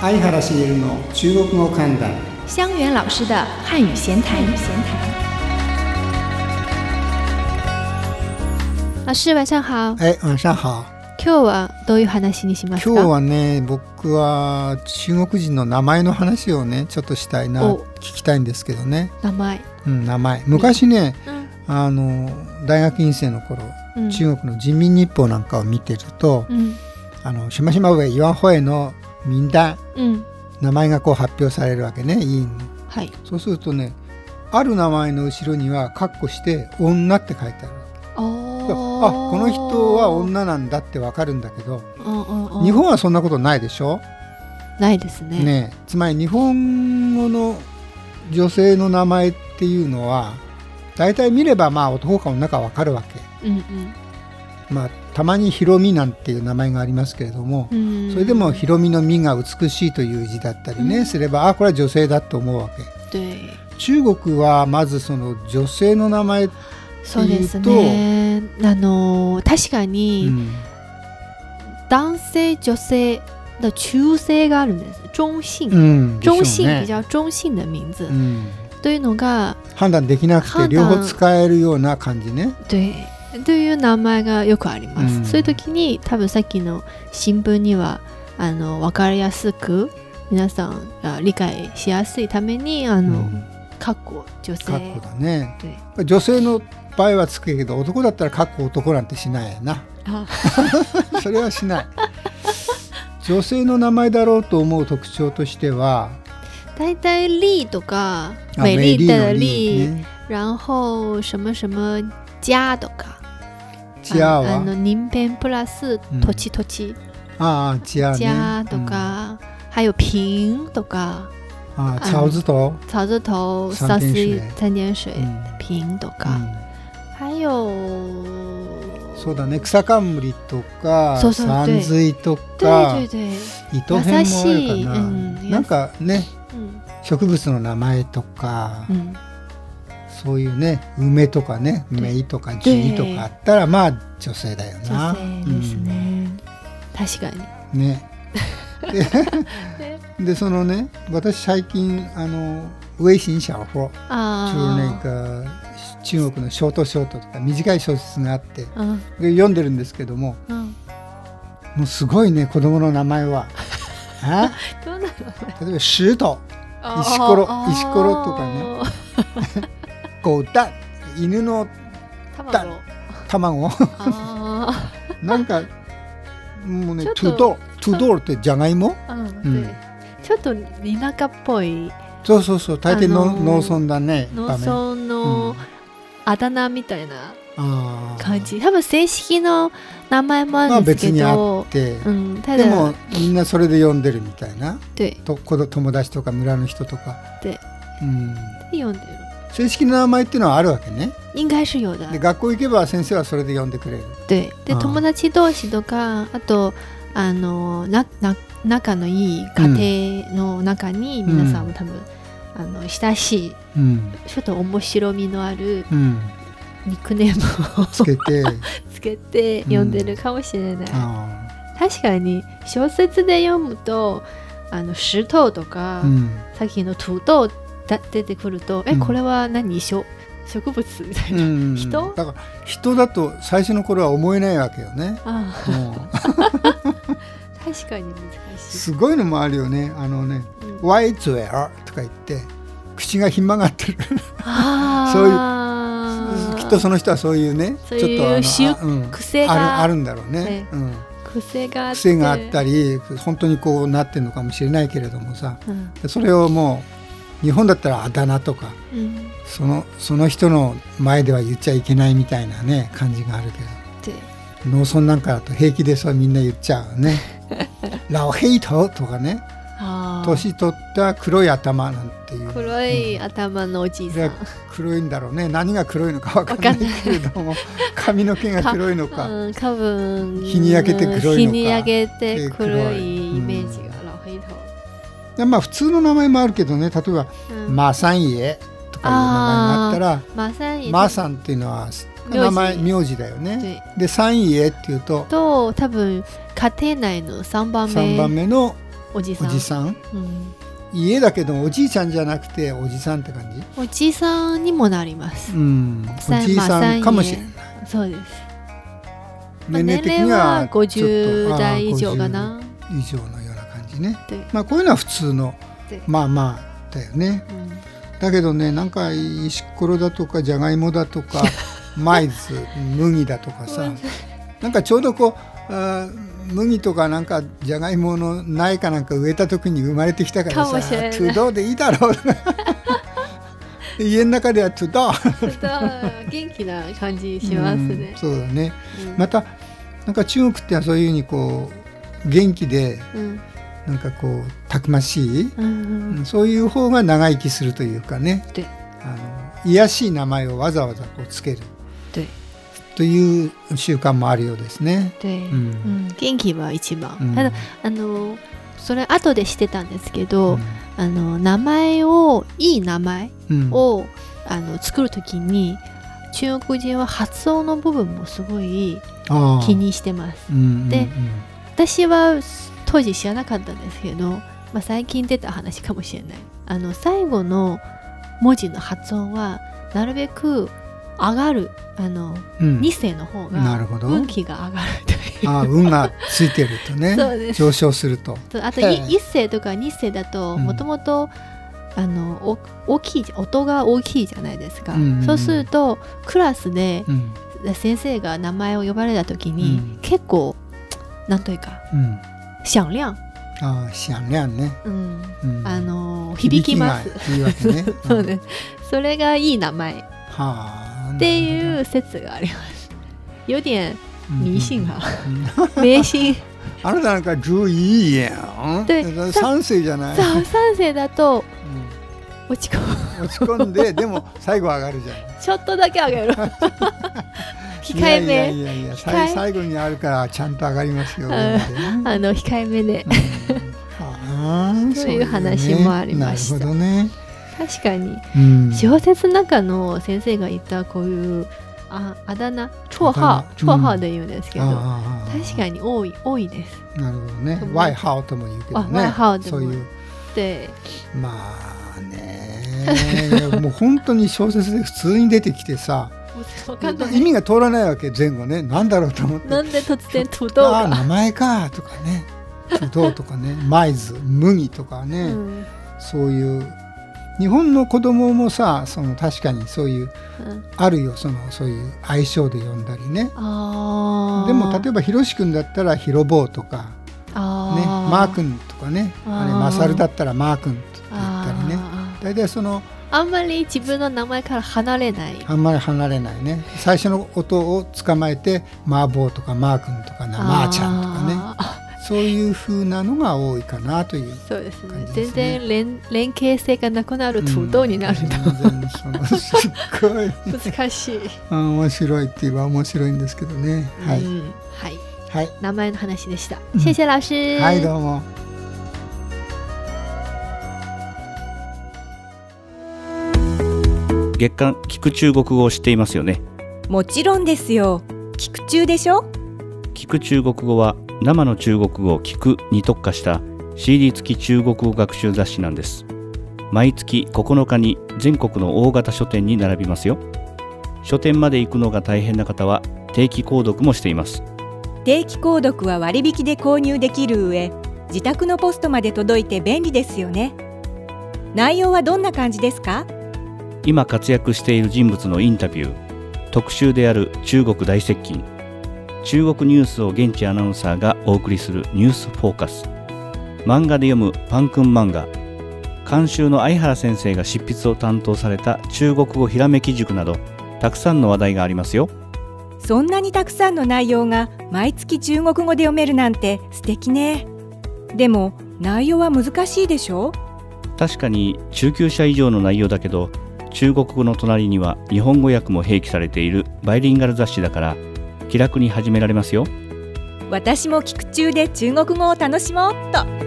相原茂の中国語観覧香源老师的汉语闲谈。老师晚上好。はい晚上好今日はどういう話にしますか。今日はね僕は中国人の名前の話をねちょっとしたいなお聞きたいんですけどね、名前。うん、名前昔ねあの大学院生の頃、うん中国の人民日報なんかを見てると、うんあのしましま上岩ホエの民団うん名前がこう発表されるわけね委員のはい。そうするとねある名前の後ろにはカッコして「女」って書いてある哦あこの人は。女なんだってわかるんだけどうんうんうん。日本はそんなことないでしょ、哦ないですね。ねえ、つまり日本語の女性の名前っていうのは大体見ればまあ男か女かわかるわけ、うんまあ、たまに「ひろみ」なんていう名前がありますけれども、うん。うんそれでも「ひろみのみ」が美しいという字だったりね、うんすればあこれは女性だと思うわけ对中国はまずその女性の名前、そうですね。あの確かに。うん男性女性的中性があるんです中性、うんでしょう中性ね比较中性的名字、うんというのが判断できなくて判断両方使えるような感じね。对という名前がよくあります、うんそういう時に多分さっきの新聞にはあの分かりやすく皆さんが理解しやすいためにあうの、んかっこ女性かっこだね。对女性の場合はつくけど男だったらかっこ男なんてしないや な。あそれはしない。女性の名前だろうと思う特徴としては、大体リーとかあ美メリー丽的丽、のリーね。然后什么什么家とかチアあのあのは、人偏プラスうん土地土地、ああチアね。家とか、还有平とかうん、ああチャオズと、草字头三三点水水三点水、うん平とうか、ん还有そうだね草冠とか、そうそう山水と对か、对对，糸編もあるかな。優しいうんなんかね。嗯植物の名前とか、嗯，そういうね梅とかね梅とかで樹とかあったらまあ女性だよ女な。性ですね。確かうに。んねででそのね私最近あの微信小法中年ああ。か中国のショートショートとか短い小説があってうんで読んでるんですけどもうん。もうすごいね子供の名前は。あ どうなの？例えば「石頭」石ころ石ころとかねね。 「ゴウタ」犬の卵。卵あなんか、もうね、ちょトゥっとドール、トゥドールってじゃがいも。あ。うん。うん对ちょっと田舎っぽいそうそうそう、大抵の、あのー農村だね。農場面村うのんあだ名みたいなあー感じ、多分正式の名前もあまるあ、んです別けにあどっ、て。うん、ただでも、みんなそれで読んでるみたいな、对と、この友達とか村の人とか。でうん。読んでる正式な名前っていうのはあるわけね。应该是有的で、学校行けば、先生はそれで読んでくれる。对あでー友達同士とかあとあのなな仲のいい家庭の中にん皆さんも多分、あの親しいうん。ちょっと面白みのあるうん、ニックネームをつけ てつけて読んでるかもしれない、あ確かに小説で読むとあの石頭とか、ー、うんさっきの土豆だ出てくると、うえんこれは何植植物みたいうな、ん、人だから人だと最初の頃は思えないわけよ ね、あうん、あ確かに難しい、すごいのもあるよね。あのね、うんワイツェアとか言って、口がひん曲がってる。そういうあきっとその人はそういうね、そういうちょっとあのあうん癖あるあがるんだろうね。うん、癖があって癖があったり、本当にこうなってるのかもしれないけれどもさ、うんそれをもう日本だったらあだ名とか、うんそのその人の前では言っちゃいけないみたいなね感じがあるけでど、農村なんかだと平気でそうみんな言っちゃう ね。ラオヘイトとかね、あー年取った黒い頭なんていう。黒い頭のおじいそれさは黒いんだろうね何が黒いのかわかんないわかんないけれど も髪の毛が黒いのん、かうん、多分日に焼けて黒いのか日に焼けて黒えー黒いいイメージがある、ヘイトでまあ普通の名前もあるけどね例えば「うんマサンイエ」とかいう名前があっマサたイら「マサン」っていうのは名字名前名字だよねでで「サンイエ」っていうとと多分家庭内の3番目3番目のおじさおんじさんうん、家だけどおじいちゃんじゃなくておじさんって感じおじさんにもなります、うんさおんじいさんかもしれないそうですまあ年齢的にはちょっと50あー代以上かな。 50以上のような感じねでまあこういうのは普通のでまあまあだよねうんだけどねなんか石ころだとかじゃがいもだと か大豆麦だとかさなんかちょうどこうあー麦とかなんかじゃがいもの苗かなんか植えた時に生まれてきたからかさもしれないトゥドーでいいだ ろう家の中ではトゥドーちょっと元気な感じしますねうん。そうだねうんまたなんか中国ってのはそういうふうにこう元気でうんなんかこうたくましい、うんうんそういう方が長生きするというかねであの癒やしい名前をわざわざこうつける对という習慣もあるようですね。う对、うんん元気は一番。うんただあのそれ後でしてたんですけうど、んあの名前をいい名前うんを、あの作るときに中国人は発音の部分もすごいあー気にしてます。うんうんうんで私は当時知らなかったんですけど、まあ、最近出た話かもしれないあの最後の文字の発音はなるべく上がるあのうん2世の方ながるほど運気が上がるというあー運がついてると そうねです上昇すると。とあとへえ1世とか2世だとうんもともとあのお大きい音が大きいじゃないですか、うんうんうんそうするとクラスでうん先生が名前を呼ばれた時に、うん結構なんというかうん、響亮、ああしゃんりゃんね。うん、うんあの響きます。響きがいいわけね そうです。それがいい名前っうん。はあ。ていうう説があります。有点迷ん信が、うん 迷信。あなたなんか十一円。对三世じゃない。そう、三世だとうん落ち込む。落ち込んで でも最後上がるじゃないちょっとだけ 上げる。控えいやいめ。やいやいやさ控え最後にあるからちゃんと上がりますよ、うんなんでねあの控えめで、うんあー そういう話もありましたそういうね確かになるほどね、うん小説の中の先生が言ったこういうああだ名绰あ号だ名绰号で言うんですけど、あー確かに多い多いですなるほどねと思う Y ハオとも言うけどねあ Y ハオでもそういうでまあねい やもう本当に小説で普通に出てきてさ分かんな意い味が通らないわけ前後ねなんだろうと思ってなんで突然「とどうああ名か前かとかね「どう」とか ね「舞豆」「麦」とかね、うんそういう日本の子供もさその確かにそういううんあるよそのそういう愛称で呼んだりねあーでも例えばひろしくんだったら「ひろぼう」とか、ね「あーまーくん」とかねあーあれ「まさる」だったら「まーくん」って言ったりねあー大体そのあんまり自分の名前から離れない。あんまり離れないね最初の音を捕まえて「まーぼう」とか「まーくん」とかな「まーちゃん」とかねあー。そういう風なのが多いかなというそうですね感。じです全ね然連連携性がなくな る土豆になると、うん全然そのすっごい難しい。あ面白いって言えば面白いんですけどねはい、うんはい。はい名前の話でした。うん谢谢老师。はいどうも月刊聞く中国語を知っていますよねもちろんですよ聞く中でしょ聞く中国語は生の中国語を聞くに特化した CD 付き中国語学習雑誌なんです毎月9日に全国の大型書店に並びますよ書店まで行くのが大変な方は定期購読もしています定期購読は割引で購入できる上自宅のポストまで届いて便利ですよね内容はどんな感じですか今活躍している人物のインタビュー特集である中国大接近中国ニュースを現地アナウンサーがお送りする「ニュースフォーカス」漫画で読むパンくん漫画監修の相原先生が執筆を担当された中国語ひらめき塾などたくさんの話題がありますよそんなにたくさんの内容が毎月中国語で読めるなんて素敵ねでも内容は難しいでしょ確かに中級者以上の内容だけど中国語の隣には日本語訳も併記されているバイリンガル雑誌だから気楽に始められますよ私も聞く中で中国語を楽しもうっと